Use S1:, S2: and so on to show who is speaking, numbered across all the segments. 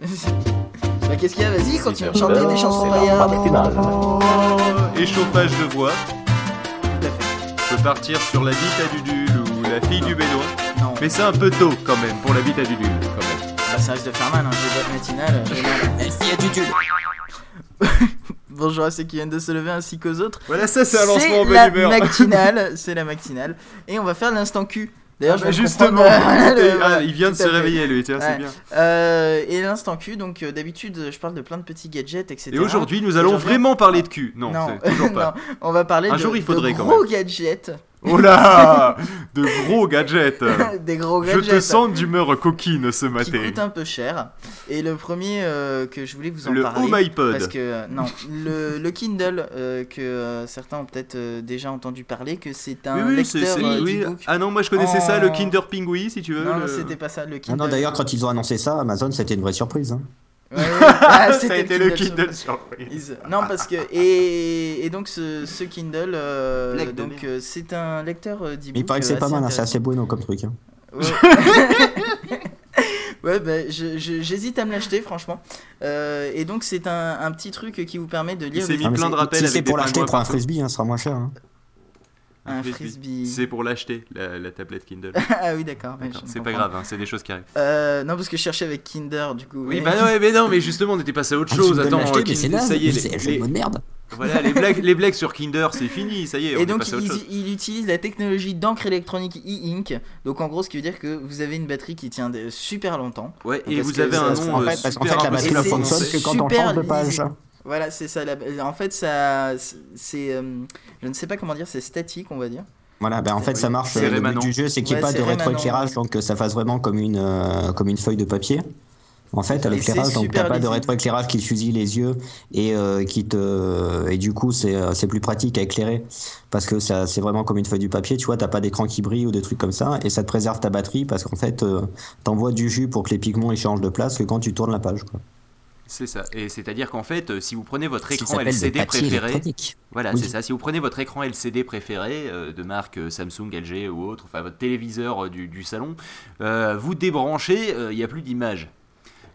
S1: Bah, qu'est-ce qu'il y a Vas-y, continue de chanter
S2: Super.
S1: des chansons
S2: C'est la
S1: paillardes.
S2: partie d'âge.
S3: Échauffage Oh, de voix.
S1: Tout à fait.
S3: peut partir sur la bite à Dudul ou la fille du Bédouin.
S1: Non,
S3: Mais c'est un peu tôt quand même pour la bite à Dudul. Quand même.
S1: bah, ça risque de faire mal, hein. j'ai des boîtes matinales. euh, j'ai mal.
S4: Il y a du tulle.
S1: Bonjour à ceux qui viennent de se lever ainsi qu'aux autres.
S3: Voilà, ça c'est un lancement en
S1: C'est
S3: bonne
S1: la
S3: humeur.
S1: matinale, c'est la matinale. Et on va faire l'instant cul. D'ailleurs, je
S3: Bah,
S1: vais
S3: Justement,
S1: comprendre, euh, le-
S3: écoutez, ah,
S1: voilà,
S3: il vient de
S1: tout
S3: se
S1: à fait.
S3: réveiller lui, tiens,
S1: Ouais.
S3: c'est bien.
S1: Euh, et l'instant Q, donc euh, d'habitude je parle de plein de petits gadgets, etc.
S3: Et aujourd'hui, nous allons
S1: Aujourd'hui-
S3: vraiment parler de cul. Non, c'est toujours pas.
S1: non, on va parler
S3: Un
S1: de,
S3: jour, il
S1: de
S3: faudrait, quand
S1: gros gadgets.
S3: Oh là De gros gadgets
S1: des gros
S3: Euh, Je
S1: gadgets.
S3: te sens d'humeur coquine ce
S1: qui
S3: matin.
S1: coûtent un peu cher. Et le premier euh, que je voulais vous en
S3: Le Oh
S1: parler.
S3: Home iPod.
S1: Parce que, euh, non, le, le Kindle, euh, que euh, certains ont peut-être euh, déjà entendu parler, que c'est un
S3: Oui, oui, c'est.
S1: lecteur
S3: c'est-
S1: euh,
S3: oui.
S1: d'e-book.
S3: Ah non, moi je connaissais ça, le
S1: en-
S3: Kinder Pingui, si tu veux.
S1: Non,
S3: le-
S1: c'était pas ça, le
S4: Ah
S1: Kindle.
S4: non, d'ailleurs, quand ils ont annoncé ça, Amazon, c'était une vraie surprise. hein.
S1: Ouais, ouais, ah,
S3: ça a été le Kindle
S1: Surprise.
S3: Surprise.
S1: Is- Non parce que et, et donc ce, ce Kindle euh,
S3: Blague de
S1: donc euh, c'est un lecteur euh, d'e-book.
S4: Mais il paraît que
S1: euh,
S4: c'est pas
S1: assez
S4: mal, hein, c'est
S1: intéressant.
S4: assez bueno comme truc. hein.
S1: Ouais, bah, je- je- j'hésite à me l'acheter, franchement. Euh, et donc, c'est un, un petit truc qui vous permet de lire
S3: s'est
S1: des-
S3: mis- Il y a
S4: mais
S3: plein
S4: c'est-
S3: de rappels
S4: Si
S3: avec
S4: c'est
S3: des
S4: pour l'acheter,
S3: pingouins
S4: prends un
S3: partout.
S4: frisbee, hein, ce sera moins cher. hein.
S1: un frisbee.
S3: C'est pour l'acheter, la, la tablette Kindle.
S1: Ah oui, d'accord. ouais,
S3: D'accord,
S1: je
S3: C'est pas
S1: comprends.
S3: grave, hein, c'est des choses qui arrivent.
S1: Euh, non, parce que je cherchais avec Kinder, du coup.
S3: Oui,
S1: Et-
S3: bah non, ouais, mais non, mais justement, on était passé à autre
S4: Ah, tu
S3: chose.
S4: peux
S3: Attends,
S4: l'acheter,
S3: euh,
S4: mais c'est
S3: Kindle,
S4: naze,
S3: ça y est,
S4: mais
S3: les,
S4: c'est un jeu
S3: les-
S4: de merde.
S3: voilà, les, blagues, les blagues sur Kinder, c'est fini, ça y est, on
S1: Et
S3: est
S1: donc,
S3: passé à
S1: il,
S3: autre chose.
S1: il utilise la technologie d'encre électronique e-ink. Donc, en gros, ce qui veut dire que vous avez une batterie qui tient des- super longtemps.
S3: Ouais,
S1: Donc,
S3: et
S1: parce
S3: vous
S1: que
S3: avez
S1: ça-
S3: un
S4: Parce
S3: nom
S4: qu'en
S3: euh,
S4: fait, parce qu'en fait,
S3: super
S4: la batterie
S1: impressionnant.
S4: ne
S1: Et
S4: fonctionne
S1: c'est
S4: que quand on change de
S1: super
S4: page.
S1: lisible. Voilà, c'est ça. la- En fait, ça. C'est. euh, je ne sais pas comment dire, c'est statique, on va dire.
S4: Voilà, ben en fait, ça marche.
S3: C'est
S4: euh, Le but
S3: rémanent.
S4: du jeu, c'est qu'il n'y
S1: Ouais,
S4: ait pas
S1: c'est
S4: de
S1: rémanent.
S4: rétroéclairage, donc que ça fasse vraiment comme une, euh, comme une feuille de papier. En fait, à
S1: Et
S4: l'éclairage,
S1: c'est
S4: donc
S1: super
S4: t'as pas de
S1: lisible.
S4: rétroéclairage qui te fusille les yeux et euh, qui te et du coup c'est euh, c'est plus pratique à éclairer parce que ça c'est vraiment comme une feuille du papier, tu vois, t'as pas d'écran qui brille ou des trucs comme ça et ça te préserve ta batterie parce qu'en fait euh, t'envoies du jus pour que les pigments ils changent de place que quand tu tournes la page. Quoi.
S3: C'est ça. Et c'est-à-dire qu'en fait, euh, si vous prenez votre
S4: Ce qui
S3: écran
S4: s'appelle le
S3: LCD
S4: papier
S3: préféré,
S4: électronique.
S3: voilà,
S4: Oui.
S3: c'est ça. Si vous prenez votre écran LCD préféré euh, de marque euh, Samsung, LG ou autre, enfin votre téléviseur euh, du, du salon, euh, vous débranchez, euh, il n'y a plus d'image.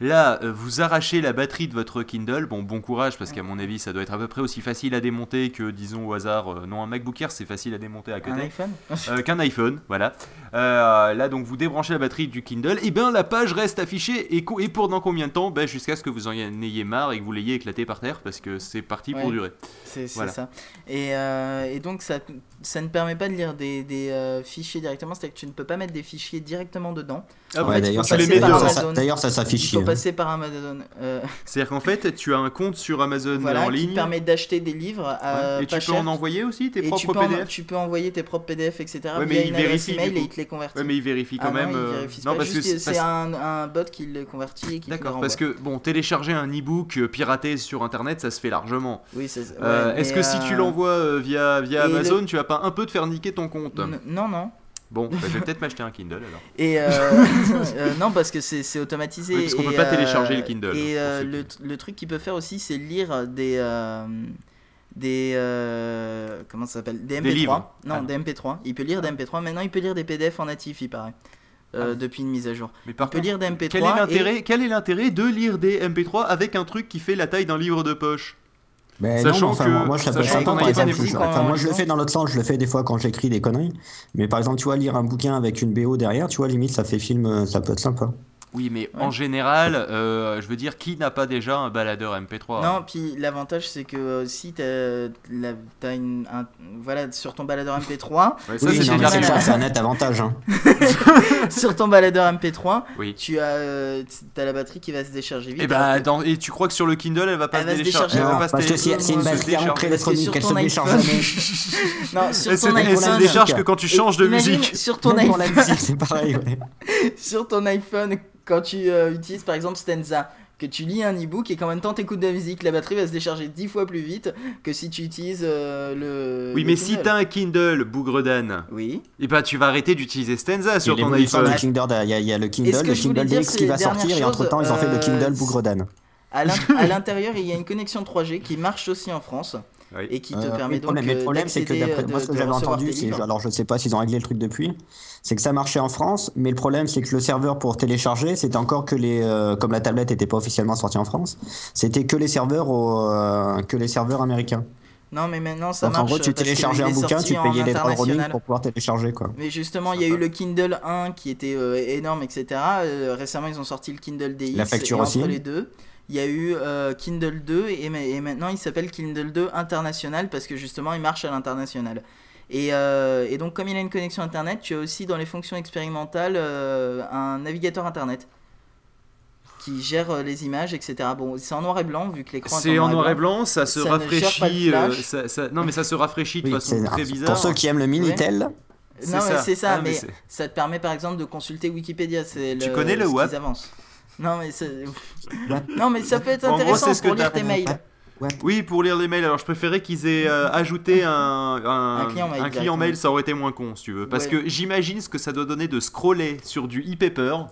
S3: Là, euh, vous arrachez la batterie de votre Kindle. Bon, bon courage, parce qu'à mon avis, ça doit être à peu près aussi facile à démonter que, disons au hasard, euh, non, un MacBook Air, c'est facile à démonter à
S1: Un
S3: côté.
S1: iPhone
S3: Euh, qu'un iPhone, voilà. Euh, là, donc, vous débranchez la batterie du Kindle, et bien la page reste affichée, et, co- et pendant combien de temps ben, Jusqu'à ce que vous en ayez marre et que vous l'ayez éclaté par terre, parce que c'est parti pour
S1: Ouais.
S3: durer.
S1: C'est c'est
S3: Voilà.
S1: ça. Et, euh, et donc, ça, ça ne permet pas de lire des, des, euh, fichiers directement, c'est-à-dire que tu ne peux pas mettre des fichiers directement dedans.
S3: Ah,
S1: En
S4: Ouais,
S1: fait,
S4: d'ailleurs
S1: il
S4: ça
S1: faut
S3: les
S1: passer
S3: mets
S1: par
S4: d'ailleurs,
S3: dedans.
S4: ça-
S1: Amazon.
S4: d'ailleurs, ça
S1: Il
S4: s'affiche.
S1: faut
S4: hein.
S1: passer par Amazon. euh,
S3: C'est-à-dire qu'en fait, tu as un compte sur Amazon
S1: voilà,
S3: en
S1: qui
S3: ligne,
S1: te permet d'acheter des livres
S3: ouais,
S1: à
S3: et tu
S1: pas
S3: peux
S1: cher.
S3: en envoyer aussi tes
S1: et tu
S3: propres
S1: peux, en-
S3: PDF
S1: tu peux envoyer tes propres PDF, etc.
S3: Ouais, mais
S1: via
S3: il
S1: une adresse
S3: vérifie, du
S1: email et
S3: coup.
S1: il te les convertit.
S3: Ouais, mais ils vérifient
S1: Ah
S3: quand même.
S1: non, il
S3: euh,
S1: vérifie
S3: non,
S1: pas,
S3: parce que
S1: juste,
S3: c'est-
S1: c'est un, un bot qui le convertit et qui te le
S3: D'accord,
S1: renvoie.
S3: parce que bon, télécharger un e-book euh, piraté sur internet, ça se fait largement.
S1: Oui, c'est- ouais,
S3: Euh, Est-ce
S1: mais,
S3: que si tu
S1: euh,
S3: l'envoies euh, via, via
S1: et le-
S3: Amazon, tu vas pas un peu te faire niquer ton compte
S1: n- Non, non.
S3: Bon, bah, je vais peut-être m'acheter un Kindle alors.
S1: Et euh, euh, non, parce que c'est c'est automatisé.
S3: Oui, parce qu'on
S1: et,
S3: peut pas
S1: euh,
S3: télécharger le Kindle,
S1: Et
S3: pour
S1: euh,
S3: ceux qui-
S1: le, le truc qu'il peut faire aussi, c'est lire des. euh, des. euh, comment ça s'appelle Des MP3.
S3: livres.
S1: Non,
S3: Ah.
S1: des MP3. Il peut lire des MP3. Maintenant, il peut lire des PDF en natif, il paraît. Euh, Depuis une mise à jour.
S3: Mais par
S1: Il peut lire des
S3: Ah.
S1: MP3.
S3: Quel est l'intérêt Quel est l'intérêt de lire des MP3 avec un truc qui fait la taille d'un livre de poche
S4: Ben
S3: Sachant
S4: non, mais enfin,
S3: que-
S4: moi, moi, je l'appelle
S3: sachant
S4: ça
S1: qu'on
S4: pas, par
S1: est
S4: exemple.
S1: pas
S4: je-
S1: des
S4: enfin,
S1: gens.
S4: moi, je le fais dans l'autre sens, je le fais des fois quand j'écris des conneries. Mais par exemple, tu vois, lire un bouquin avec une BO derrière, tu vois, limite, ça fait film, euh, ça peut être sympa.
S3: Oui, mais
S1: Ouais.
S3: en général, euh, je veux dire, qui n'a pas déjà un baladeur MP3
S1: Non, puis l'avantage c'est que euh, si t'as la- t'as une un- voilà sur ton baladeur MP3,
S3: Ouais, ça,
S4: Oui,
S3: c'est
S4: non, mais
S3: déjà
S4: c'est
S3: bien.
S4: clair, c'est un net avantage. hein.
S1: sur ton baladeur MP3,
S3: Oui.
S1: tu as euh, t'as la batterie qui va se décharger vite.
S3: Et bah, dans- et tu crois que sur le Kindle, elle va pas
S1: Elle
S3: se
S1: va se
S3: télécharger
S1: décharger.
S3: elle va
S4: Non,
S3: pas se
S4: parce que
S3: télé-
S4: c'est c'est une
S3: se
S4: batterie à
S3: télécharger.
S4: encre
S1: Parce que
S4: électronique,
S1: sur
S4: elle
S1: ton
S4: se décharge
S1: iPhone-
S4: jamais.
S1: Non, sur
S3: Elle se
S1: ton
S3: elle se
S1: iPhone.
S3: décharge que quand tu changes de
S1: Imagine,
S3: musique.
S1: Sur ton,
S4: Même pour la
S1: iPhone,
S4: musique, c'est pareil. ouais.
S1: sur ton iPhone, quand tu euh, utilises par exemple Stanza, que tu lis un e-book et qu'en même temps t'écoutes de la musique, la batterie va se décharger 10 fois plus vite que si tu utilises euh, le.
S3: Oui,
S1: le
S3: mais si
S1: Kindle.
S3: t'as un Kindle, bougre d'âne,
S1: Oui.
S3: et bah tu vas arrêter d'utiliser Stanza sur
S4: Il est
S3: ton
S4: voulu sur le
S3: iPhone.
S4: Kindle, Il y a- il y a le
S1: Et
S4: Kindle,
S1: ce que
S4: le
S1: je voulais
S4: Kindle
S1: dire,
S4: DX
S1: c'est
S4: qui
S1: les
S4: va sortir,
S1: dernières
S4: et entre temps, ils ont fait le
S1: choses,
S4: Kindle
S1: euh,
S4: Bougredan.
S1: À l'in- à l'intérieur, il y a une connexion 3G qui marche aussi en France.
S3: Oui.
S1: et qui te
S4: Euh,
S1: permet
S4: oui, le problème,
S1: donc
S4: mais le
S1: euh,
S4: problème, c'est que
S1: d'accéder,
S4: d'après
S1: euh,
S4: moi,
S1: de-
S4: ce que
S1: de
S4: j'avais
S1: recevoir tes
S4: entendu, c'est,
S1: livres.
S4: alors je sais pas s'ils ont réglé le truc depuis, c'est que ça marchait en France, mais le problème, c'est que le serveur pour télécharger, c'était encore que les, euh, comme la tablette n'était pas officiellement sortie en France, c'était que les serveurs, au, euh, que les serveurs américains.
S1: Non, mais maintenant ça
S4: Donc,
S1: marche.
S4: en gros, tu
S1: parce que
S4: téléchargeais
S1: il
S4: un
S1: est
S4: bouquin,
S1: sorti
S4: tu
S1: en
S4: payais les droits de roaming
S1: international.
S4: pour pouvoir télécharger, quoi.
S1: Mais justement, il y a eu
S3: Sympa.
S1: le Kindle 1 qui était euh, énorme, etc. Euh, récemment, ils ont sorti le Kindle DX.
S4: La facture
S1: et entre
S4: aussi.
S1: les deux, il y a eu euh, Kindle 2 et, ma- et maintenant il s'appelle Kindle 2 international parce que justement, il marche à l'international. Et, euh, et donc, comme il a une connexion Internet, tu as aussi dans les fonctions expérimentales euh, un navigateur Internet qui gère euh, les images, etc. Bon, c'est en noir et blanc vu que l'écran
S3: C'est en noir et blanc, ça se
S1: Ça ne cherche pas de
S3: rafraîchit. euh,
S1: flash.
S3: ça- ça- non, mais ça se rafraîchit de
S4: Oui,
S3: façon
S4: c'est-
S3: très bizarre.
S4: Pour ceux qui aiment le Minitel,
S1: Non, mais c'est ça,
S3: Ah,
S1: mais,
S3: c'est-
S1: ça te permet par exemple de consulter Wikipédia. c'est
S3: Tu connais le
S1: ce
S3: WAP
S1: qu'ils avancent. Non mais, c'est- non, mais ça peut être
S3: En gros,
S1: intéressant
S3: c'est ce que
S1: pour lire
S3: t'as-
S1: tes mails.
S3: Oui, pour lire les mails. Alors, je préférais qu'ils aient euh, ajouté un, un-
S1: Un client mail,
S3: un
S1: directement.
S3: mail, ça aurait été moins con, si tu veux. Parce
S1: Ouais.
S3: que j'imagine ce que ça doit donner de scroller sur du e-paper.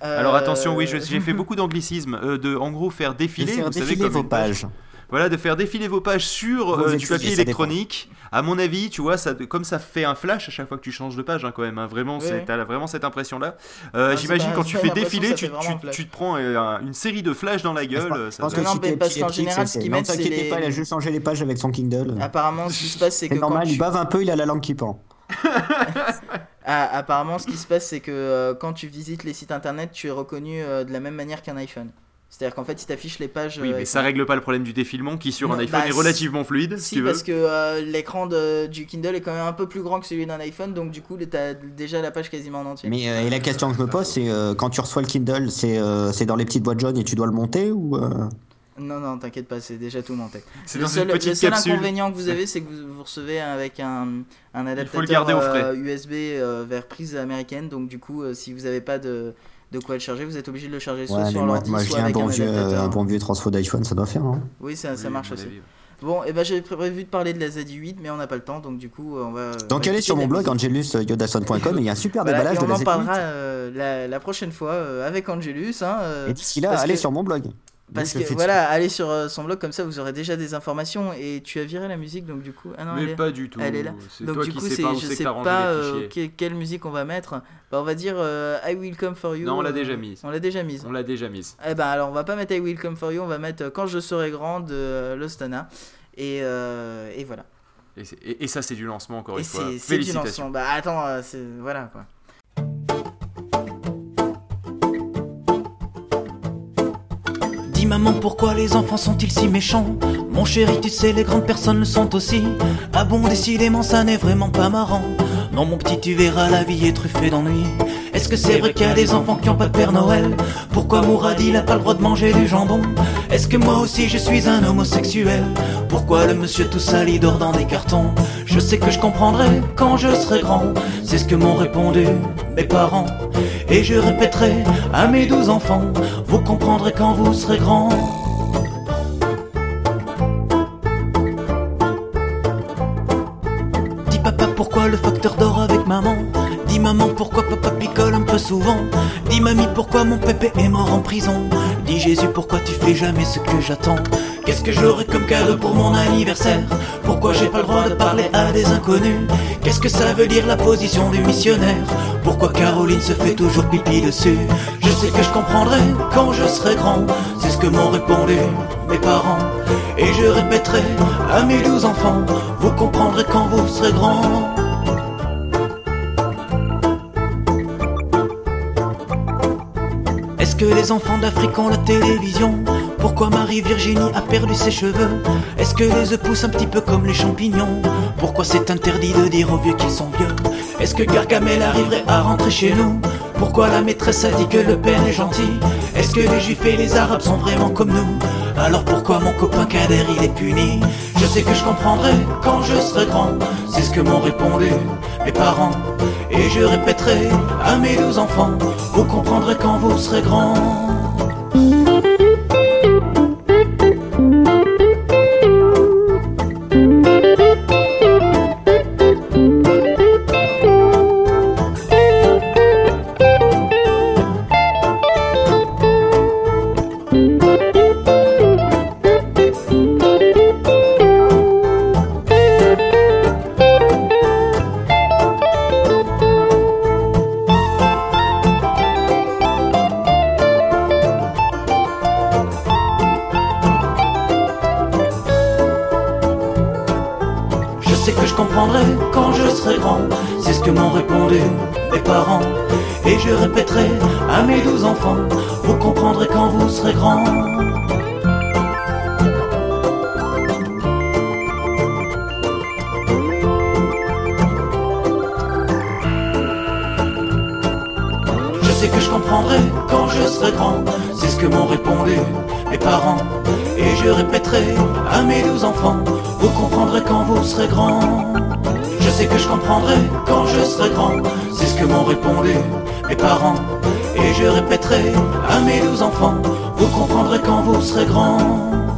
S3: Alors,
S1: Euh,
S3: attention, oui, je- j'ai fait beaucoup d'anglicismes. euh, de, en gros, faire
S4: de
S3: défiler,
S4: faire
S3: vous savez,
S4: défiler
S3: comme
S4: vos
S3: une page.
S4: pages.
S3: Voilà, de faire défiler vos pages sur
S4: Vos
S3: euh, du
S4: excuses,
S3: papier
S4: ça dépend.
S3: électronique. À mon avis, tu vois, ça, comme ça fait un flash à chaque fois que tu changes de page, hein, quand même. hein, vraiment,
S1: Oui,
S3: c'est-
S1: oui.
S3: t'as vraiment cette impression-là. Euh,
S1: Ah, c'est
S3: J'imagine
S1: pas-
S3: quand tu
S1: ça,
S3: fais
S1: l'impression,
S3: défiler,
S1: ça
S3: tu,
S1: fait vraiment
S3: tu-
S1: un flash.
S3: tu te prends euh, une série de flashs dans la
S4: Je
S3: gueule.
S4: pense- je
S3: ça
S4: pense
S3: doit-
S4: que
S1: Non,
S4: si
S1: mais
S4: t'es
S1: parce qu'en
S4: épileptique,
S1: général,
S4: c'est-
S1: ce qu'ils
S4: non,
S1: mettent, c'est
S4: t'inquiète
S1: les-
S4: pas, il a juste changé les pages avec son Kindle.
S1: Apparemment, ce qui se passe, c'est que
S4: C'est normal,
S1: quand
S4: il
S1: tu...
S4: bave un peu, il a la langue qui pend.
S1: Ah, apparemment, ce qui se passe, c'est que euh, quand tu visites les sites internet, tu es reconnu euh, de la même manière qu'un iPhone. C'est-à-dire qu'en fait, il t'affiche les pages.
S3: Oui,
S1: euh,
S3: mais ça règle pas le problème du défilement qui sur un
S1: Non,
S3: iPhone
S1: bah,
S3: est relativement fluide, si,
S1: Si,
S3: tu veux.
S1: parce que euh, l'écran de- du Kindle est quand même un peu plus grand que celui d'un iPhone, donc du coup, t'as déjà la page quasiment en entier.
S4: Mais euh, et la question que je me pose, c'est euh, quand tu reçois le Kindle, c'est euh, c'est dans les petites boîtes jaunes et tu dois le monter ou euh,
S1: Non, non, t'inquiète pas, c'est déjà tout monté.
S3: C'est
S1: Le
S3: dans
S1: seul,
S3: une
S1: le
S3: petite
S1: seul
S3: capsule.
S1: inconvénient que vous avez, c'est que vous, vous recevez avec un, un adaptateur
S3: garder au frais.
S1: euh, USB euh, vers prise américaine. Donc, du coup, euh, si vous n'avez pas de, de quoi le charger, vous êtes obligé de le charger soit
S4: ouais, mais
S1: sur
S4: moi,
S1: l'ordi,
S4: moi, je
S1: soit
S4: dis un
S1: avec
S4: bon,
S1: un
S4: vieux, euh,
S1: adaptateur.
S4: un bon vieux transfo d'iPhone, ça doit faire. hein.
S1: Oui, ça, ça
S3: Oui,
S1: marche
S3: à mon
S1: aussi.
S3: avis.
S1: Bon, et ben j'avais prévu de parler de la Z8, mais on n'a pas le temps, donc du coup, euh, on va.
S4: Donc allez sur mon blog euh, angelusyodason.com et il y a un super
S1: Voilà,
S4: déballage
S1: et
S4: de
S1: on
S4: la
S1: en
S4: Z8.
S1: parlera euh, la, la prochaine fois euh, avec Angelus. Hein, euh,
S4: Et d'ici là,
S1: parce
S4: allez
S1: que-
S4: sur mon blog.
S1: parce
S4: Je
S1: que
S4: fais-
S1: voilà, allez sur euh, son blog, comme ça vous aurez déjà des informations. Et tu as viré la musique, donc du coup. Ah non, elle
S3: Mais
S1: est-
S3: pas du tout.
S1: elle est là.
S3: C'est
S1: Donc
S3: toi
S1: du
S3: qui
S1: coup,
S3: sais
S1: c'est,
S3: pas où
S1: je
S3: c'est que
S1: sais
S3: t'as
S1: pas
S3: rangé les
S1: euh,
S3: fichiers.
S1: que- quelle musique on va mettre. Bah, on va dire euh, I Will Come For You.
S3: Non, on l'a
S1: euh,
S3: déjà mise.
S1: On l'a déjà mise.
S3: On l'a déjà mise.
S1: Eh ben alors, on va pas mettre I Will Come For You, on va mettre euh, Quand je serai grande de euh, Lostana. Et, euh, et voilà.
S3: Et, c'est- et- et ça, c'est du lancement, encore
S1: et
S3: une fois.
S1: c'est, c'est du
S3: Félicitations.
S1: lancement. Bah attends, euh, c'est, voilà quoi.
S2: Dis maman pourquoi les enfants sont-ils si méchants Mon chéri tu sais les grandes personnes le sont aussi Ah bon décidément ça n'est vraiment pas marrant Non mon petit tu verras la vie est truffée d'ennui Est-ce que c'est vrai qu'il y a des enfants qui ont pas de Père Noël Pourquoi Mourad il a pas le droit de manger du jambon Est-ce que moi aussi je suis un homosexuel Pourquoi le monsieur tout sali dort dans des cartons Je sais que je comprendrai quand je serai grand C'est ce que m'ont répondu mes parents Et je répéterai à mes douze enfants Vous comprendrez quand vous serez grand Dis papa pourquoi le facteur dort avec maman Dis maman pourquoi papa picole un peu souvent Dis mamie pourquoi mon pépé est mort en prison Dis Jésus pourquoi tu fais jamais ce que j'attends Qu'est-ce que j'aurai comme cadeau pour mon anniversaire Pourquoi j'ai pas le droit de parler à des inconnus Qu'est-ce que ça veut dire la position du missionnaire Pourquoi Caroline se fait toujours pipi dessus Je sais que je comprendrai quand je serai grand C'est ce que m'ont répondu mes parents et je répéterai à mes douze enfants, vous comprendrez quand vous serez grands. Est-ce que les enfants d'Afrique ont la télévision Pourquoi Marie Virginie a perdu ses cheveux Est-ce que les œufs poussent un petit peu comme les champignons Pourquoi c'est interdit de dire aux vieux qu'ils sont vieux Est-ce que Gargamel arriverait à rentrer chez nous Pourquoi la maîtresse a dit que le père est gentil Est-ce que les juifs et les arabes sont vraiment comme nous Alors pourquoi mon copain Kader il est puni Je sais que je comprendrai quand je serai grand C'est ce que m'ont répondu mes parents Et je répéterai à mes douze enfants Vous comprendrez quand vous serez grands comprendrai quand je serai grand. C'est ce que m'ont répondu mes parents. Et je répéterai à mes douze enfants, vous comprendrez quand vous serez grand. Je sais que je comprendrai quand je serai grand. C'est ce que m'ont répondu mes parents. Et je répéterai à mes douze enfants, vous comprendrez quand vous serez grand. Je sais que je comprendrai quand je serai grand. C'est ce que m'ont répondu mes parents. Et je répéterai à mes douze enfants, vous comprendrez quand vous serez grand.